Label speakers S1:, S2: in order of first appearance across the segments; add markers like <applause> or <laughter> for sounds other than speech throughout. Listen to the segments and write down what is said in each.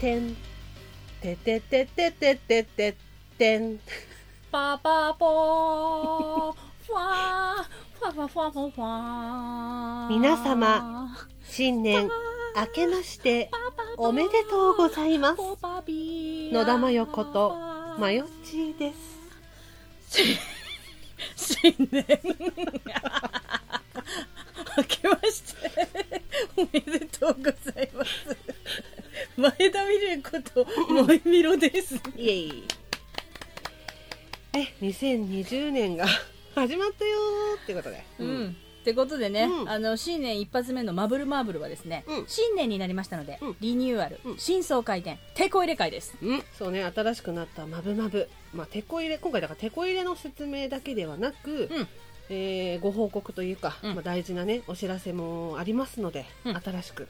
S1: てん。ててててててててん。
S2: パパポー、ファー、ファファファファファー。
S1: 皆様、新年、明けまして、おめでとうございます。
S2: す
S1: 野田真代こと、まよっちーです。
S2: 新年明けましておめでとうございます前田美玲こと萌みろです
S1: イエイ。え、2020年が <laughs> 始まったよーってことで。
S2: うん、ってことでね、
S1: うん
S2: あの新年一発目のマブルマーブルはですね、
S1: うん
S2: 新年になりましたので、
S1: うん
S2: リニューアル、
S1: うん
S2: 新装開店抵抗入れ替えです
S1: うん、そうね新しくなった「まぶまぶ」まあ、テコ入れ今回だからテコ入れの説明だけではなく、
S2: うん
S1: えーご報告というか、
S2: うん
S1: まあ、大事なねお知らせもありますので、
S2: うん
S1: 新しく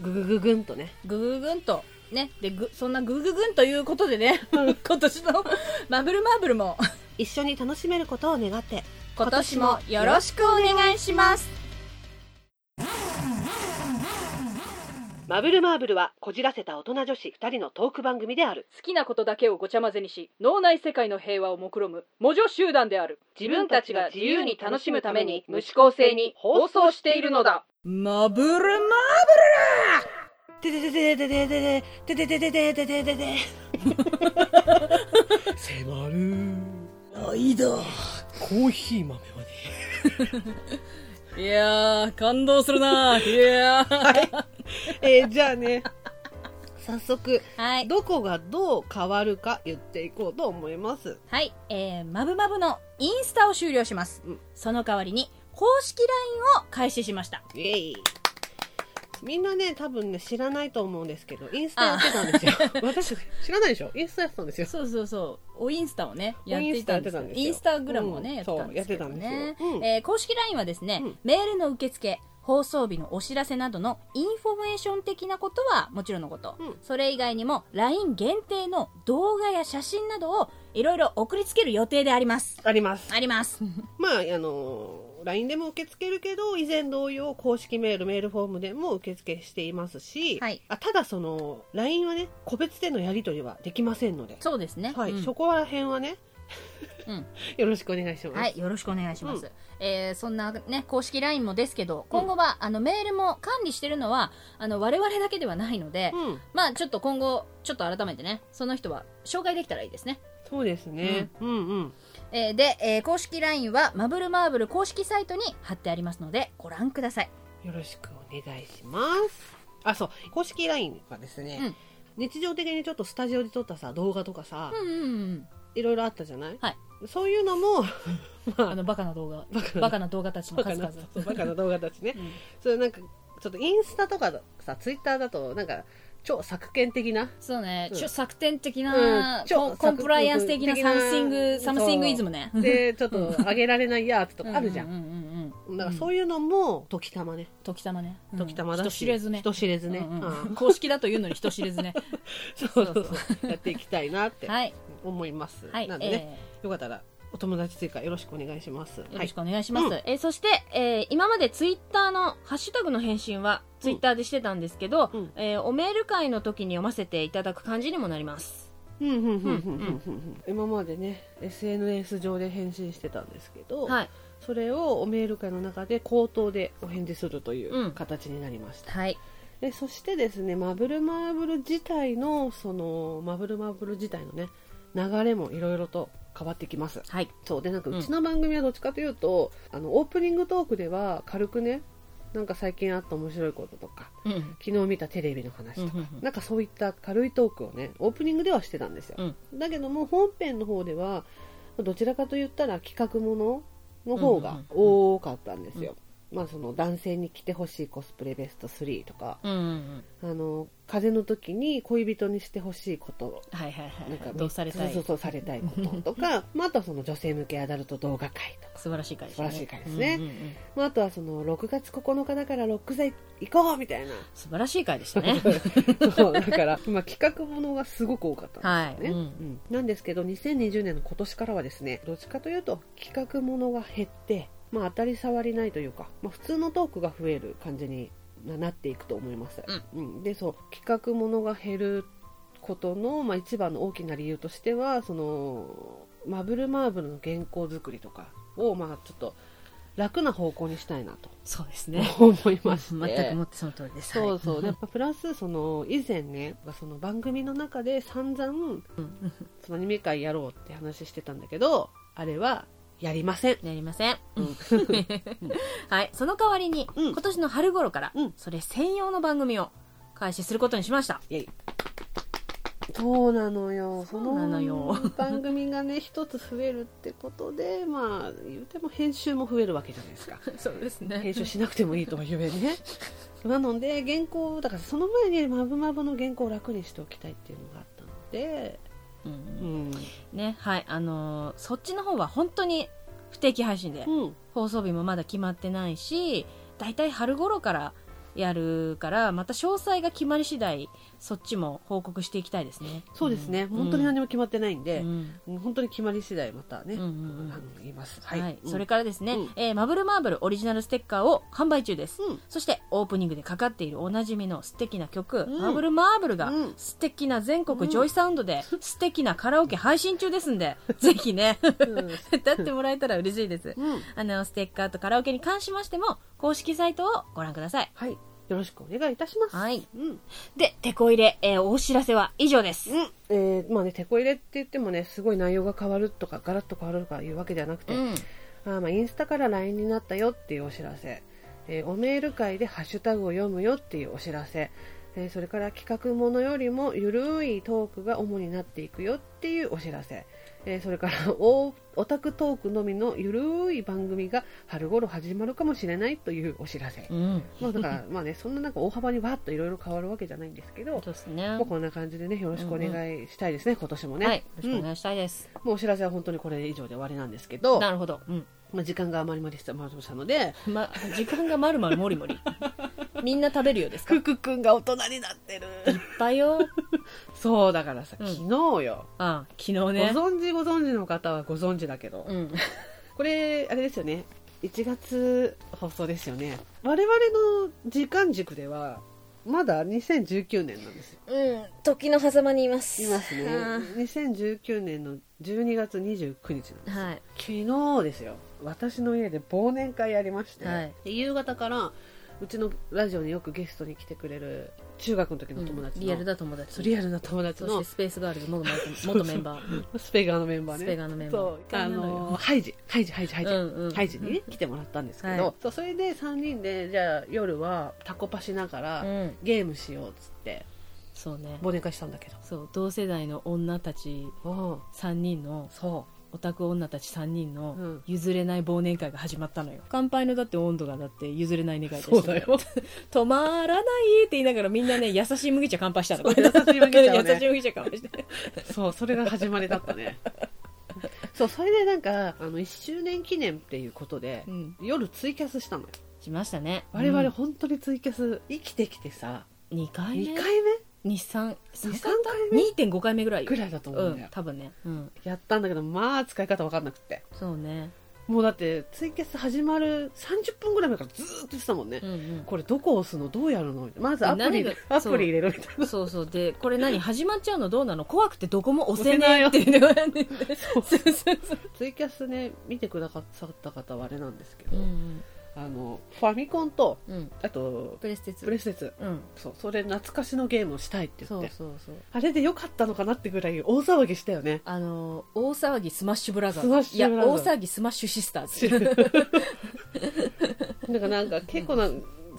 S1: ググググンとね
S2: グググンとねでぐそんなグググンということでね、 <laughs> 今年のマブルマーブル <laughs> も
S1: 一緒に楽しめることを願って
S2: 今年もよろしくお願いします
S1: 「マブルマーブル」はこじらせた大人女子2人のトーク番組である
S2: 好きなことだけをごちゃ混ぜにし脳内世界の平和を目論む模助集団である
S1: 自分たちが自由に楽しむために無指
S2: 向
S1: 性に放送しているのだ
S2: マブルマ
S1: ででででででででででででででで迫る
S2: いだ
S1: コーヒー豆まで
S2: いやー感動するないやー
S1: えーじゃあね早速
S2: はい、
S1: どこがどう変わるか言っていこうと思います
S2: はい、えー、マブマブのインスタを終了します、
S1: うん
S2: その代わりに公式 LINE を開始しました
S1: イエイみんなね多分ね知らないと思うんですけどインスタやってたんですよ私知らないでしょインスタやってたんですよ
S2: そうそうそうおインスタをねやっていたんですよ
S1: おインスタやってたんですよ
S2: インスタグラムをね、
S1: うん
S2: やってたんですけど
S1: そうやって
S2: ね
S1: たんですようん
S2: えー公式 LINE はですね、
S1: うん
S2: メールの受付放送日のお知らせなどのインフォメーション的なことはもちろんのこと、
S1: うん
S2: それ以外にも LINE 限定の動画や写真などをいろいろ送りつける予定であります
S1: あります
S2: あります
S1: まああのー LINE でも受け付けるけど以前同様公式メールメールフォームでも受付していますし、
S2: はい
S1: あただその LINE はね個別でのやり取りはできませんので、
S2: そうですね
S1: はい
S2: <laughs> うん
S1: そこら辺はね、
S2: うん
S1: よろしくお願いします、
S2: はい、よろしくお願いします。
S1: う
S2: えーそんなね、公式 LINE もですけど、今後は、あの、メールも管理してるのは、あの、我々だけではないので、
S1: うん、
S2: まあ、ちょっと今後、ちょっと改めてね、その人は紹介できたらいいですね。
S1: そうですね。うん、うん、
S2: えーで、えー公式 LINE は、マブルマーブル公式サイトに貼ってありますので、ご覧ください。
S1: よろしくお願いします。あ、そう。公式 LINE はですね、
S2: うん
S1: 日常的にちょっとスタジオで撮ったさ、動画とかさ、
S2: うんうんうん。
S1: いろいろあったじゃない、
S2: はい
S1: そういうのも、ま
S2: あ
S1: あ、
S2: の、バカな動画。
S1: バカな
S2: バカな動画たちの
S1: バカ
S2: 数
S1: な
S2: 々。
S1: そうバカな動画たちね
S2: う。ん
S1: それなんか、ちょっとインスタとかさ、ツイッターだと、なんか、超削減的な、
S2: そうね、
S1: うん
S2: ちょ作典的
S1: う
S2: な、
S1: んちょ
S2: コンコンプライアンス的な
S1: 作
S2: サ
S1: 典
S2: ム
S1: 的な
S2: シング、サムシングイズムね。
S1: で、ちょっと上げられないやつとかあるじゃん。
S2: うううんうんうん。
S1: だからそういうのも、時たまね。
S2: 時たまね。うん
S1: 時たまだし。
S2: 人知れずね。
S1: 人知れずね。
S2: うんうん
S3: <laughs>
S1: うん
S2: 公式だというのに人知れず
S1: <laughs>
S2: ね。
S1: そうそう
S2: そう
S1: そう。やっていきたいなって
S2: はい。
S1: 思います。
S2: はい。
S1: なんでね。
S2: え
S1: よかったらお友達追加よろしくお願いします。
S2: ーよ
S1: は
S2: ろ
S1: い
S2: し。くお願いします。
S1: うん
S3: えーそして、えー今までツイッターのハッシュタグの返信はツイッターでしてたんですけど、
S1: うん
S3: えーおメール会の時に読ませていただく感じにもなります
S1: うんうんうんうんうん
S3: うん
S1: うん。今までね SNS 上で返信してたんですけど、
S3: はい
S1: それをおメール会の中で口頭でお返事するといううん形になりました。
S3: はい
S1: でそしてですねマブルマーブル自体のそのマブルマーブル自体のね流れもいろいろと変わってきます。
S3: はい
S1: そうでなんか
S3: うん
S1: うちの番組はどっちかというと、あのオープニングトークでは軽くねなんか最近あった面白いこととか
S3: うん
S1: 昨日見たテレビの話とか、
S3: うんうんうん
S1: なんかそういった軽いトークをねオープニングではしてたんですよ、だけども本編の方ではどちらかと言ったら企画ものの方が多かったんですよ、まあその男性に着てほしいコスプレベスト3とか
S3: うんうん
S1: あの風邪の時に恋人にしてほしいこと
S3: はいはいは
S1: なんか
S3: どうされたい
S1: そうそうそうされたいことと
S3: <laughs>
S1: か、まあ、あとはその女性向けアダルト動画会とか、
S3: 素晴らしい回ですね
S1: 素晴らしい回ですね
S3: うんうんうん
S1: まあ、あとはその6月9日だからロック剤行こうみ
S3: <laughs>
S1: たいな
S3: 素晴らしい回でしたね
S1: <laughs> そうだから、まあ、企画ものがすごく多かったんですよね、
S3: はいうん
S1: うんなんですけど2020年の今年からはですねどっちかというと企画ものが減って、まあ、当たり障りないというか、まあ、普通のトークが増える感じになっていくと思います、うんでそう企画ものが減ることの、まあ、一番の大きな理由としてはそのマブルマーブルの原稿作りとかを、まあ、ちょっと楽な方向にしたいなと
S4: そうですね
S1: 思い <laughs> まして
S4: 全
S2: <laughs>
S4: くもってその通りです
S1: そう
S4: は
S1: <laughs> そう
S4: い
S1: でやっぱプラスその以前ねその番組の中で散々
S4: うん
S1: そのアニメ会やろうって話してたんだけどあれはやりません
S2: やりません、 <laughs>
S1: うん
S2: はいその代わりに、
S1: うん
S2: 今年の春頃から、
S1: うん
S2: それ専用の番組を開始することにしま
S1: <laughs>
S2: した
S1: イエイそうなのよ
S2: そうなのよ
S1: その番組がね <laughs> 一つ増えるってことでまあ言うても編集も増えるわけじゃない <laughs> ですか
S2: そうです
S1: 編
S2: ね
S1: 集しなくてもいいとはゆえ <laughs> ねなので原稿だからその前にまぶまぶの原稿を楽にしておきたいっていうのがあったので、
S2: うん
S1: うん
S2: ねはいあのーそっちの方は本当に不定期配信で、
S1: うん、
S2: 放送日もまだ決まってないしだいたい春頃からやるからまた詳細が決まり次第そっちも報告していきたいですね
S1: そうですね、
S2: うん
S1: 本当に何も決まってないんで
S2: う、ん
S1: うん本当に決まり次第またね、
S2: うんうんうん
S1: あの言いますは、
S2: はいい、
S1: うん
S2: それからですね、
S1: うん
S2: えーマブルマーブルオリジナルステッカーを販売中です、
S1: うん
S2: そしてオープニングでかかっているおなじみの素敵な曲、
S1: うん
S2: マブルマーブルが
S1: うん
S2: 素敵な全国ジョイサウンドで素敵なカラオケ配信中ですん
S1: <laughs>
S2: で、ぜひね
S1: うん
S2: 歌ってもらえたら嬉しいです
S1: うん
S2: あのステッカーとカラオケに関しましても公式サイトをご覧ください
S1: はいよろしくお願いいたします
S2: はい
S1: うん
S2: で、テこ入れ、えーお知らせは以上です。
S1: うんえーまあね、手こ入れって言ってもねすごい内容が変わるとかガラッと変わるとかいうわけではなくて、
S2: うん。
S1: あーまあインスタから LINE になったよっていうお知らせ、えーおメール会でハッシュタグを読むよっていうお知らせ、えーそれから企画ものよりもゆるいトークが主になっていくよっていうお知らせ、えーそれから <laughs> おオタクトークのみのゆるい番組が春頃始まるかもしれないというお知らせ、
S2: うん。
S1: まあ、だからまあねそんななんか大幅にわっといろいろ変わるわけじゃないんですけ
S2: <laughs> そ
S1: ど、
S2: うですね。
S1: まあ、こんな感じでねよろしくお願いしたいですね、今年もね、
S2: はい。よろしくお
S1: うん
S2: 願いしたいです。
S1: もうお知らせは本当にこれ以上で終わりなんですけど
S2: なるほど。うん。
S1: まあ、時間が余りまりしたましたので
S2: ま、時間がまるまるもりも
S1: <laughs>
S2: り。みんな食べるようですかいっ
S1: 福くんが大人になってる
S2: ぱいよ。
S1: そうだからさ、
S2: うん
S1: 昨日よ、
S2: あ昨日ね。
S1: ご存知ご存知の方はご存知だけど、
S2: うん。
S1: これあれですよね1月放送ですよね我々の時間軸ではまだ2019年なんですよ
S2: うん。時の狭間にいます。
S1: いますね
S2: うん
S1: 2019年の12月29日なんです
S2: はい。
S1: 昨日ですよ私の家で忘年会やりまして、
S2: はい
S1: で夕方からうちのラジオによくゲストに来てくれる中学の時の友達の、
S2: リアルだ友達。
S1: そうリアルな友達
S2: そ
S1: の
S2: してスペースガールズ元元メンバ
S1: <laughs>
S2: ー。
S1: スペガーのメンバーね。
S2: スペガーのメンバー
S1: そう、あ
S2: そうなの
S1: のー、ハイジ、ハイジ、ハイジ、ハイジ。
S2: うんうん
S1: ハイジにね、来てもらったんですけど、
S2: はい
S1: そうそれで3人で、じゃあ夜はタコパしながら、
S2: うん。
S1: ゲームしようっつって、
S2: そうね。
S1: 忘年会したんだけど。
S2: そう。同世代の女たち
S1: うん
S2: 3人の
S1: そ
S2: オタク女たち3
S1: う
S2: 人の
S1: ん
S2: 譲れない忘年会が始まったのよ乾杯のだって温度がだって譲れない願いでした
S1: そうだよ
S2: <laughs> 止まらないって言いながらみんなね優しい麦茶乾杯したの
S1: そう優しい麦茶をね
S2: <laughs> 優しい麦茶乾杯して
S1: う。そう、それが始まりだったね。 <laughs> そう、それでなんか、あの、1周年記念っていうことで、
S2: うん
S1: 夜ツイキャスしたのよ。
S2: しましたね
S1: 我々本当にツイキャス、生きてきてさ、
S2: うん、2回目
S1: 2回目
S2: 23 3
S1: 二三回目
S2: 2.5回目ぐらいよ
S1: ぐらいだと思うんだよ。
S2: 多分ね、うん、
S1: やったんだけど、まあ、使い方わかんなくって。
S2: そうね、
S1: もうだってツイキャス始まる30分ぐらい前からずーっと言ってたもんね、
S2: うん
S1: これどこ押すのどうやるのみたいなまずアプ
S2: 何
S1: リ
S2: が
S1: アプリ入れろみたい
S2: うん、
S1: な
S2: そうそうでこれ何始まっちゃうのどうなの怖くてどこも押せないっていうのがね <laughs> そうそうそう
S1: ツイキャスね見てくださった方はあれなんですけ
S2: う
S1: ど、
S2: ん
S1: あのファミコンと
S2: うんうん
S1: あと
S2: プレステ2
S1: プレステツ
S2: うん
S1: そうそれ懐かしのゲームをしたいって言っ
S2: そう
S1: て
S2: そうそう
S1: あれで良かったのかなってぐらい大騒ぎしたよ <laughs> ね
S2: あの大騒ぎスマッシュブラザーズ
S1: スマッシュブラザーズ
S2: いや大騒ぎスマッシュシスターズ
S1: なんかなんか結構な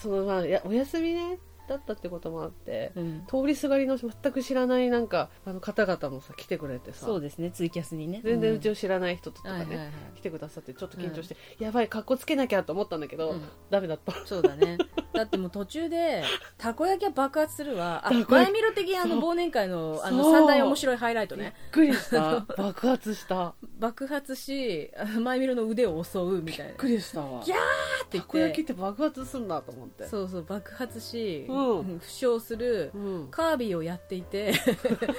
S1: そのまあやお休みねだったってこともあって、 <laughs>
S2: うん
S1: 通りすがりの全く知らないなんかあの方々もさ来てくれてさ
S2: そうですねツイキャスにね
S1: 全然うち
S2: を
S1: を知らない人ととかね、
S2: はいはいはい
S1: 来てくださってちょっと緊張して、やばい格好つけなきゃと思ったんだけど、
S2: うん
S1: ダメだった
S2: そうだねだってもう途中で「たこ焼きは爆発するわ」
S1: た
S2: あ
S1: こ焼き
S2: 前見ろ的あの忘年会のあの
S1: そう
S2: 三大面白いハイライト
S1: びっ
S2: ね
S1: くりした爆発した
S2: 爆発しあの前見ろの腕を襲うみたい
S1: び
S2: な
S1: っくりしたわ
S2: ギャーって言
S1: たこ焼きっ
S2: って
S1: て爆発すんなと思って
S2: そうそう爆発し、
S1: うん
S2: 負傷する、
S1: うん
S2: カービィをやっていて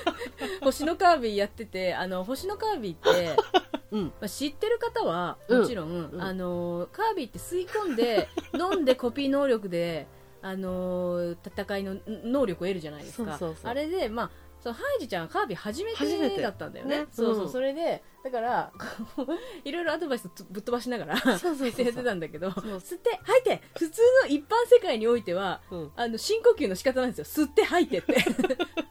S2: <laughs> 星のカービィやっててあの星のカービィって
S1: <laughs> うん
S2: まあ、知ってる方は
S1: うん
S2: もちろん、
S1: ん
S2: あのーカービィって吸い込んで飲んでコピー能力で、あのー戦いのん能力を得るじゃないですか
S1: そうそうそう
S2: あれで、まあ、そうハイジちゃんはカービィ初め
S1: 初めて
S2: てだったんだよね
S1: ね
S2: そうそう、
S1: うん
S2: それでだから <laughs> こういろいろアドバイスぶっ飛ばしながら
S1: うそうそうそう
S2: <laughs> やってたんだけど
S1: そう
S2: 吸って吐いて普通の一般世界においては
S1: うん <laughs>
S2: あの深呼吸の仕方なんですよ吸って吐いてって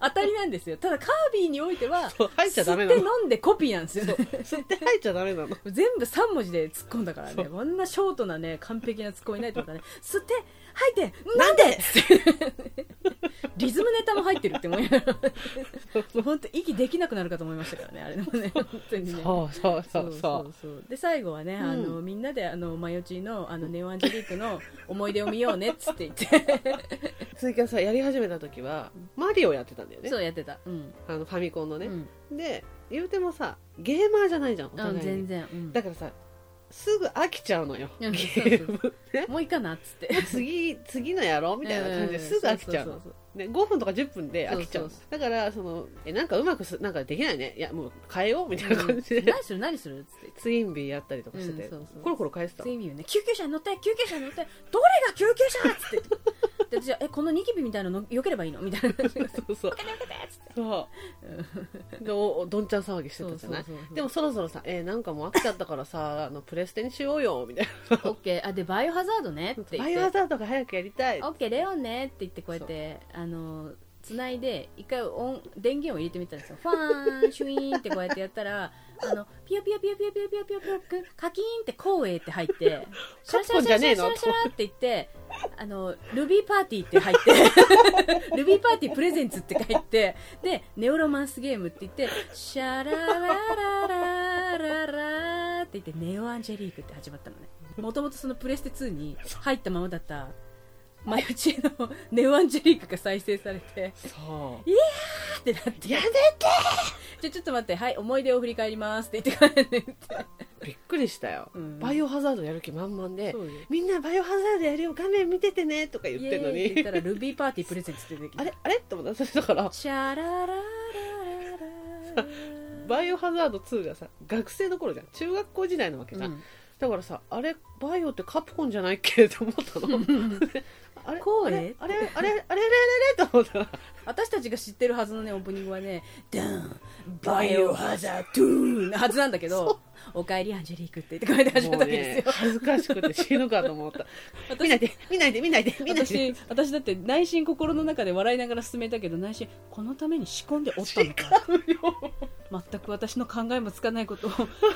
S2: 当たりなんですよただカービィにおいては
S1: そう吐いちゃダメな
S2: 吸
S1: の
S2: って飲んでコピーなんですよ
S1: 吸って吐いちゃダメなの
S2: 全部3文字で突っ込んだからねこんなショートなね完璧な突っ込みないと思ったね吸って吐いてなんでってリズムネタも入ってるって思いながらもう本当息できなくなるかと思いましたからねあれでもね本当にね
S1: そうそうそう
S2: そ
S1: そう
S2: うそうで最後はね、あのみんなであのマヨチーのあのネオアンジェリークの思い出を見ようねっつって言って
S1: 鈴木がさやり始めた時はマリオやってたんだよね
S2: そうやってた、うん
S1: あのファミコンの
S2: う
S1: ね、
S2: ん
S1: で言うてもさゲーマーじゃないじゃんお
S2: あ
S1: 互いに
S2: 全然、うん
S1: だからさすぐ飽きちゃうのよ
S2: う
S1: ゲ
S2: ん
S1: ームね
S2: もういい <laughs> かなっつって
S1: 次次のやろう <laughs> みたいな感じですぐ飽きちゃうの
S2: んそそ
S1: ね、5分とか10分で飽きちゃう
S2: そうそう
S1: だからそのえなんかうまくすなんかできないねいやもう変えようみたいな
S2: そうそう
S1: 感じで、
S2: 何する何するっつって言って
S1: ツインビーやったりとかしてて、
S2: うんそうそう
S1: コロコロ変えてた
S2: ついにね救急車に乗って救急車に乗ってどれが救急車っつってで私はえこのニキビみたいなのよければいいの
S1: <laughs>
S2: みたいな
S1: そうそうそうでおおどんちゃん騒ぎしてたじゃない
S2: そうそうそう
S1: でもそろそろさえなんかもう飽きちゃったからさあのプレステにしようよみたい
S2: オッケーあでバイオハザードねって
S1: な
S2: 言っ
S1: バ
S2: て
S1: イオハザードが早くやりたい
S2: オッケーレオンねって言ってこうやってあの繋いで一回音電源を入れてみたんですよファーンシュイーンってこうやってやったらあのピヨピヨピヨピヨピヨピヨピヨピヨカキーンって光栄って入ってシャラシャラシャラシャラシャラって言ってあのルビーパーティーって入ってルビーパーティープレゼンツって入ってでネオロマンスゲームって言ってシャララララララって言ってネオアンジェリークって始まったのねもともとそのプレステ2に入ったままだったマヨチーのネオアンジェリークが再生されて、
S1: そ
S2: あーってなって、
S1: うや
S2: じゃあちょっと待って、はい、思い出を振り返りますって言って帰って。
S1: べびっくりしたよ、
S2: うん
S1: バイオハザードやる気満々で
S2: そうよ
S1: みんなバイオハザードやるよ画面見ててねとか言ってるの
S2: イエーイって言った
S1: に
S2: ら、ルビーパーティープレゼンツ出てきて。
S1: あれあれって思った私だから
S2: シャラララララ
S1: <laughs> バイオハザード2がさ学生の頃じゃん中学校時代なわけじゃん、
S2: うん
S1: だからさあれバイオってカプコンじゃないっけって思ったのあれ
S2: こう
S1: あ
S2: ね
S1: れあれあれあれあれれれれと思ったら
S2: 私たちが知ってるはずのね、オープニングはね、ダン、バイオハザードゥーなはずなんだけど、おかえりアンジェリークって言って帰って始め
S1: も
S2: た
S1: う
S2: わけです
S1: ね
S2: よ。
S1: 恥ずかしくて死ぬかと思った
S2: <laughs> 私
S1: 見ないで見ないで見ないで見ないで
S2: 私私だって内心心の中で笑いながら進めたけど内心このために仕込んでおったのか全く私の考えもつかないこと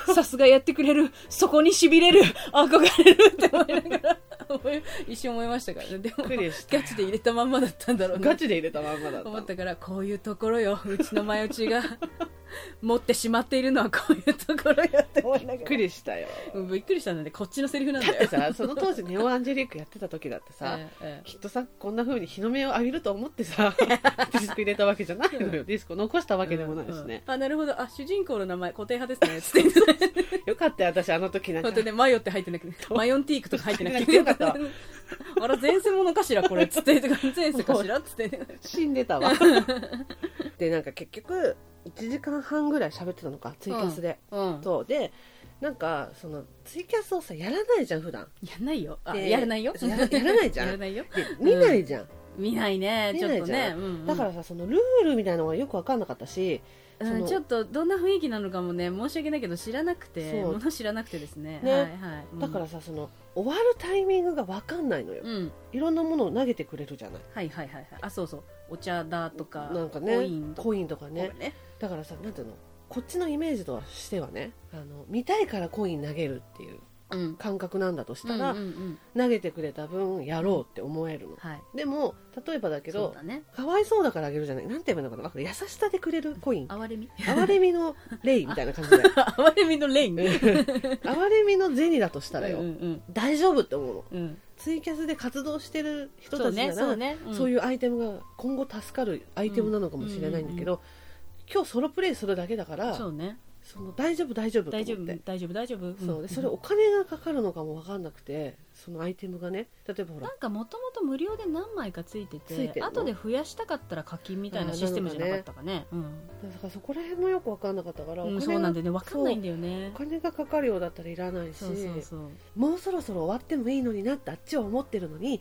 S2: をさすがやってくれるそこにしびれる憧れるって思いながら <laughs> 思い一瞬思いましたからねでも
S1: びっくりしたよ
S2: ガチで入れたまんまだったんだろうな
S1: ガチで入れたまんまだった
S2: 思っ
S1: の
S2: たからこういうところようちの前打ちが持ってしまっているのはこういうところよ
S1: <laughs>
S2: って思いな
S1: びっ
S2: が
S1: くりしたよ
S2: らうんびっくりしたのでこっちのセリフなんだ
S1: だ
S2: よ
S1: ってさその当時ネオアンジェリックやってた時だってさ、
S2: ええええ
S1: きっとさこんな風に日の目を浴びると思って
S2: <laughs>
S1: さディスク入れたわけじゃないのよディスク残したわけでもないし
S2: うんうん
S1: ね、
S2: あなるほどあ主人公の名前固定派ですねつって
S1: よかったよ私あの時なんか
S2: 本
S1: <laughs>
S2: 当にね、マヨって入ってなくて、マヨンティークとか入ってなくて、
S1: よかった
S2: あら、前世ものかしら、これ、つって、前世か
S1: <laughs>
S2: しらっつってね。
S1: 死んでたわでなんか結局1時間半ぐらい喋ってたのかツイキャスで、
S2: うん。
S1: そうでなんかそのツイキャスをさやらないじゃん普段
S2: やんないよ。あ、
S1: で
S2: やらないよ。
S1: やらやらないじゃん
S2: やらないよ。
S1: で見ないじゃん、
S2: 見ないね、
S1: 見
S2: ち
S1: な
S2: ょっ
S1: い
S2: と
S1: じゃ
S2: ね
S1: ん、。
S2: うんうん
S1: だからさそのルールみたいなのがよく分かんなかったし、
S2: うん
S1: その
S2: ちょっと、どんな雰囲気なのかもね、申し訳ないけど、知らなくて、
S1: そう
S2: もの知らなくてですね。
S1: ね
S2: はいはい。うん
S1: だから、さその終わるタイミングが分かんないのよ、
S2: うん。
S1: いろんなものを投げてくれるじゃない
S2: はいはいはいはい。あ、そうそう。お茶だとか、
S1: なんかね
S2: コインとか
S1: コインとかね
S2: ね。
S1: だからさなんていうのこっちのイメージとしてはねあの見たいからコイン投げるっていう
S2: うん。
S1: 感覚なんだとしたら、
S2: うんうんうん
S1: 投げてくれた分やろうって思えるの、
S2: はい。
S1: でも例えばだけ
S2: そう
S1: ど
S2: だね。
S1: かわいそうだからあげるじゃないなんて言えばいいのかなこれ優しさでくれるコイン <laughs>
S2: 哀れみ
S1: 哀れみのレイみたいな感じ
S2: <laughs>
S1: で
S2: 哀れみのレインね。
S1: 哀れみの銭だとしたらよ、
S2: うんうん
S1: 大丈夫って思うの
S2: うん。うん。
S1: ツイキャスで活動してる人
S2: そう
S1: たちな
S2: ね
S1: ら
S2: そうね、うん
S1: そういうアイテムが今後助かるアイテムなのかもしれないんだけど、今日ソロプレイするだけだから
S2: そうね
S1: その大丈夫大丈夫と
S2: 大
S1: 思
S2: 丈
S1: っ
S2: 夫
S1: て
S2: 大丈夫大丈夫
S1: そう
S2: うん
S1: でそれお金がかかるのかも分かんなくてそのアイテムがね例えばほら
S2: なんかもともと無料で何枚かついてて
S1: ついてんの
S2: 後で増やしたかったら課金みたいなシステムじゃなかったかね
S1: だからそこら辺もよく分かんなかったから、
S2: うん、うん
S1: お金が
S2: そうなんでね分かんないんだよね
S1: お金がかかるようだったらいらないし
S2: そうそうそう
S1: もうそろそろ終わってもいいのになってあっちは思ってるのに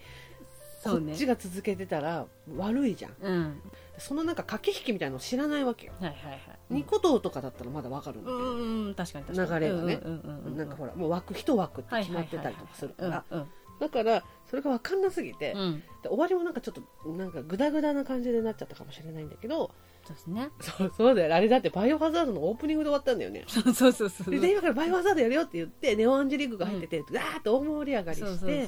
S2: そう
S1: こ
S2: ね
S1: っちが続けてたら悪いじゃん
S2: うん
S1: そのなんか駆け引きみたいなの知らないわけよ、
S2: はいはいはい
S1: ニコ動とかだったらまだわかるんだ
S2: う
S1: けど、
S2: んうん確かに確かに
S1: 流れがね
S2: うんうんううん
S1: なんかほらもう枠一枠って決まってたりとかするから、
S2: うん
S1: だからそれが分かんなすぎて、
S2: うん
S1: で
S2: う
S1: 終
S2: ん
S1: わりもなんかちょっとなんかグダグダな感じになっちゃったかもしれないんだけど <laughs>
S2: そうですね
S1: そうそうだよあれだって「バイオハザード」のオープニングで終わったんだよね
S2: そうそうそうそう <laughs>
S1: でで今から「バイオハザード」やるよって言ってネオ・アンジェリークが入ってて、うわーって大盛り上がりして
S2: そうそう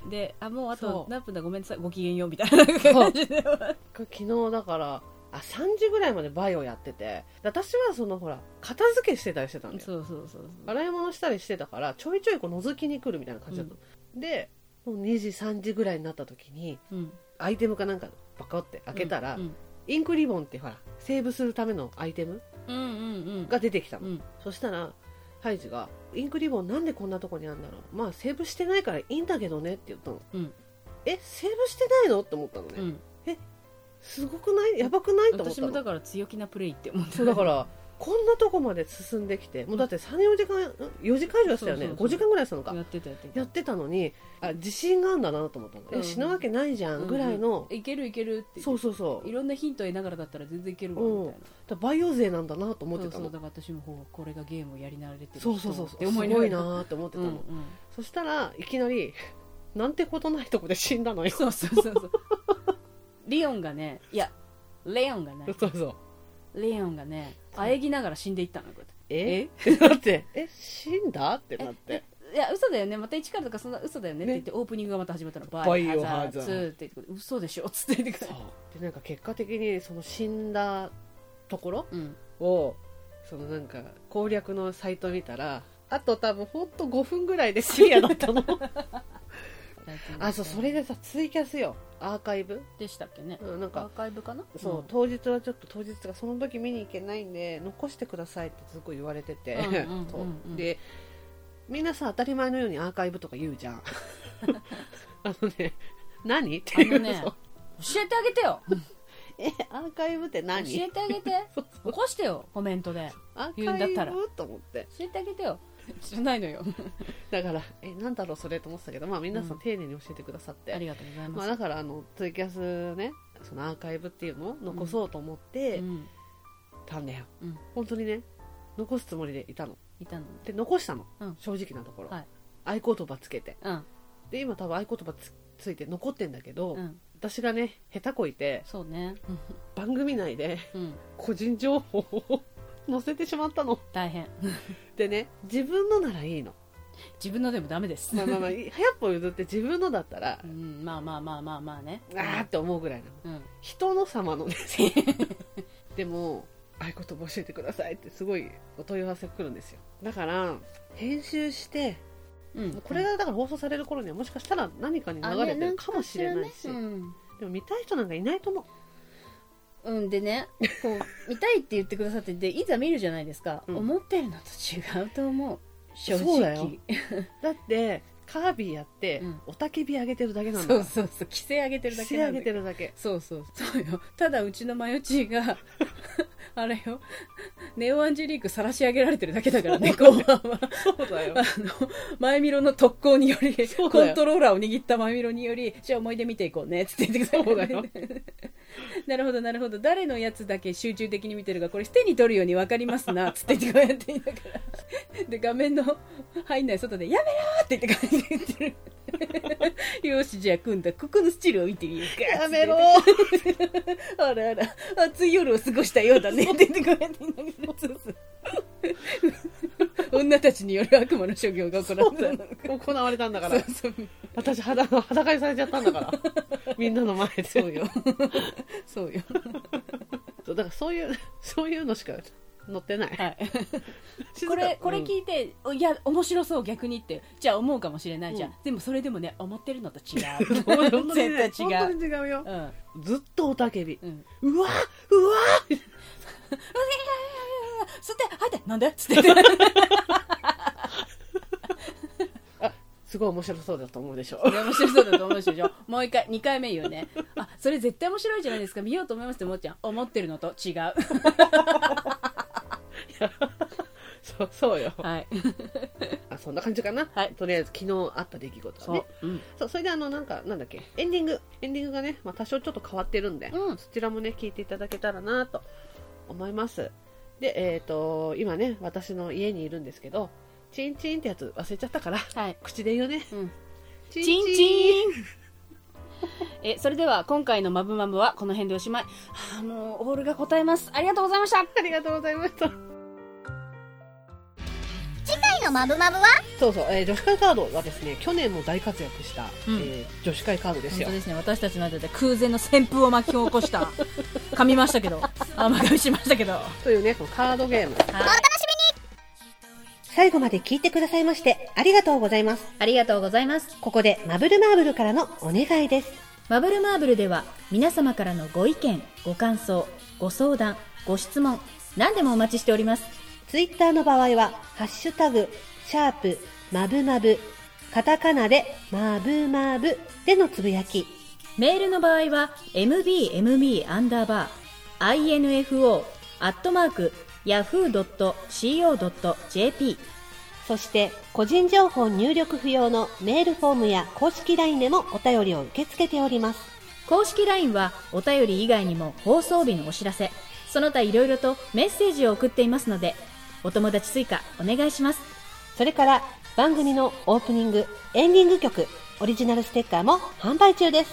S2: そうであもうあ
S1: そ
S2: と
S1: う
S2: 何分だごめんなさいごきげんようみたいな感じで
S1: 昨日だからあ3時ぐらいまでバイオやっててで私はそのほら片付けしてたりしてたんだよ
S2: そうそうそうそう
S1: 洗い物したりしてたからちょいちょいこう覗きに来るみたいな感じだったの、でもう2時3時ぐらいになった時に
S2: うん
S1: アイテムかなんかバカって開けたら、
S2: うん
S1: インクリボンってほらセーブするためのアイテム
S2: うんうんうん
S1: が出てきた
S2: う
S1: の、
S2: ん
S1: そしたらハイジが「インクリボンなんでこんなとこにあるんだろうまあセーブしてないからいいんだけどね」って言ったの
S2: うん
S1: えセーブしてないのって思ったのね、
S2: うん
S1: すごくないやばくないと思っ
S2: 私
S1: た
S2: も
S1: の
S2: だから強気なプレイって思って
S1: そうだからこんなとこまで進んできてもうだって34時間4時間以上したよね
S2: そうそうそう
S1: 5時間ぐらいしたのか
S2: やってたやってた
S1: やってたのにあ自信があるんだなと思ったの、
S2: うん
S1: え死ぬわけないじゃんぐらいの、
S2: いけるいけるって
S1: そうそうそう
S2: いろんなヒントを得ながらだったら全然いけるわ
S1: うん
S2: みたいな
S1: だバイオ勢なんだなと思ってた
S2: そうそ
S1: の
S2: うだから私もほうこれがゲームをやり慣れてる
S1: そうそうそう
S2: 人っ
S1: そう
S2: て
S1: す
S2: 思いな
S1: ご
S2: が
S1: い
S2: ら
S1: なーって思ってたの、
S2: うんうん
S1: そしたらいきなり <laughs> なんてことないとこで死んだのよ
S2: そうそうそうそうリオンがねいやレオンがね
S1: そうそう
S2: レオンがねあえぎながら死んでいったのよこうやって
S1: えってなって <laughs> え死んだってなって
S2: いや嘘だよねまた一からとかそんな嘘だよねって
S1: ね
S2: 言ってオープニングがまた始まったの
S1: バイオハザード
S2: 2って言って嘘でしょっつって言ってく
S1: そう
S2: る
S1: でなんか結果的にその死んだところ
S2: うん
S1: をそのなんか攻略のサイト見たらあと多分ほんと5分ぐらいでクリアだったのあそうそれでさツイキャスよアーカイブ、
S2: でしたっけね
S1: うん、なん
S2: ア
S1: か
S2: ーカイブかな
S1: そう、当日はちょっと当日がその時見に行けないんで残してくださいってすごい言われてて、
S2: うんうんうんうん
S1: <laughs> そうでみんなさ当たり前のようにアーカイブとか言うじ
S2: <laughs>
S1: ゃんあのね何っていう
S2: あのね
S1: そう
S2: 教えてあげてよ
S1: えアーカイブって何
S2: 教えてあげて
S1: そう
S2: 起こしてよコメントで
S1: アー
S2: 言うん
S1: カ
S2: だ
S1: イ
S2: っ
S1: ブ
S2: たら
S1: と思って
S2: 教えてあげてよ知らないの
S1: <laughs>
S2: よ
S1: だからえなんだろうそれと思ってたけどまあ皆さ
S2: うん
S1: ん丁寧に教えてくださって、
S2: ありがとうござい
S1: ま
S2: ま
S1: あ、
S2: す、
S1: だからあのツイキャスねそのアーカイブっていうのを残そうと思っ
S2: う
S1: て
S2: ん、
S1: たんだよ、
S2: うん
S1: 本当にね残すつもりでいたの
S2: いたの
S1: で残したの、
S2: うん
S1: 正直なところ、
S2: はい
S1: 合言葉つけて
S2: うん
S1: で今多分合言葉つついて残ってんだけど、
S2: うん
S1: 私がね下手こいて
S2: そうね
S1: 番組内で <laughs>
S2: うん
S1: 個人情報を載せてしまったの
S2: 大変
S1: でね自分のならいいの
S2: 自分のでもダメです
S1: まあまあ
S2: <laughs>
S1: まあ100歩譲って自分のだったら
S2: うんまあまあまあまあまあね
S1: あーって思うぐらいなの
S2: うん
S1: 人の様
S2: <laughs>
S1: のねでも合言葉教えてくださいってすごいお問い合わせ来るんですよだから編集して
S2: うん
S1: これがだから放送される頃にはもしかしたら何かに流れてるかもしれないし、
S2: あねなんかね
S1: でも見たい人なんかいないと思う
S2: うん、うん、でねこう見たいって言ってくださってでいざ見るじゃないですか、
S1: うん
S2: 思ってるのと違うと思う正直
S1: そうだよだってカービィやって、
S2: うん
S1: おたけび上げてるだけなんだ
S2: そうそうそう規制上げてるだけ
S1: 上
S2: なんだ
S1: げ
S2: け
S1: て
S2: ど
S1: るだけ
S2: そうそうそうよただうちのマヨチ
S1: <laughs>
S2: ーがあれよネオアンジェリーク晒し上げられてるだけだからね後半は
S1: そうだよ
S2: あの前ミロの特攻により
S1: そうだ
S2: コ
S1: よ
S2: ントローラーを握った前ミロによりじゃあ思い出見ていこうねって言ってくだ
S1: そうだ
S2: さ
S1: よ
S2: いなるほどなるほど誰のやつだけ集中的に見てるかこれ手に取るように分かりますなっつってこうやって言いながらで画面の入んない外で「やめろ!」って言って感じで言ってるよしじゃあ今度はここのスチールを見てみようか
S1: やめろ
S2: あらあら暑い夜を過ごしたようだねって言ってこうやって言いながらそうそう女たちによる悪魔の所業が行われたのか
S1: 行われたんだから
S2: そうそう
S1: 私裸裸にされちゃったんだからみんなの前で
S2: そうよそうよ
S1: そうだからそういうそういうのしか載ってない
S2: はい
S1: 静か
S2: これこれ
S1: うん
S2: 聞いて、おいや面白そう逆にってじゃあ思うかもしれないじゃん、
S1: うん
S2: でもそれでもね思ってるのと違
S1: <laughs> 本当に
S2: う
S1: ね
S2: 絶対違
S1: 本
S2: う
S1: 当に違うよ
S2: うん
S1: ずっとおたけび
S2: うん
S1: うわうわ
S2: そって入ってなんでつってそ
S1: すごい面白そうだと思うでしょ
S2: れ面白そうだと思うでしょもう一回二回目言うねあそれ絶対面白いじゃないですか見ようと思いますってもっちゃん思ってるのと違う
S1: そうそうよ
S2: <laughs> はい
S1: あそんな感じかな、
S2: はい
S1: とりあえず昨日あった出来事はね
S2: う、うん、
S1: そうそれであのなんかなんだっけエンディングエンディングがね、まあ、多少ちょっと変わってるんで、
S2: うん
S1: そちらもね聞いていただけたらなと思いますでえっ、と今ね私の家にいるんですけどチンチンってやつ忘れちゃったから <laughs>
S2: はい
S1: 口で言うね、
S2: うん
S1: チ
S2: チンチン <laughs> えそれでは今回の「マブマブ」はこの辺でおしまいはあもうオールが答えますありがとうございました
S1: ありがとうございました
S5: 次回のマブマブは
S1: そうそう、えー女子会カードはですね去年も大活躍した、
S4: うん
S1: えー女子会カードです
S4: 本
S1: よ
S4: 当ですね私たちの間で空前の旋風を巻き起こした噛みましたけどあま噛みしましたけど
S1: というねこのカードゲーム
S6: 最後まで聞いてくださいましてありがとうございます。
S2: ありがとうございます
S6: ここでマブルマーブルからのお願いです。
S2: マブルマーブルでは皆様からのご意見ご感想ご相談ご質問何でもお待ちしております
S6: ツイッターの場合は、ハッシュタグ、シャープ、マブマブ、カタカナで、マブマブでのつぶやき、
S2: メールの場合は mbmb アンダーバー info アットマーク yahoo.co.jp
S6: そして、個人情報入力不要のメールフォームや公式 LINE でもお便りを受け付けております。
S2: 公式 LINE はお便り以外にも放送日のお知らせその他いろいろとメッセージを送っていますのでお友達追加お願いします
S6: それから、番組のオープニング、エンディング曲、オリジナルステッカーも販売中です。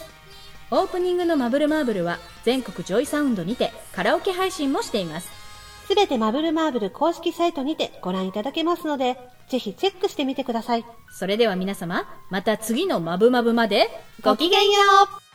S2: オープニングの「マブルマーブル」は全国ジョイサウンドにてカラオケ配信もしています
S6: すべてマブルマーブル公式サイトにてご覧いただけますので、ぜひチェックしてみてください。
S2: それでは皆様また次の「マブマブ」までご
S6: ごきげんよう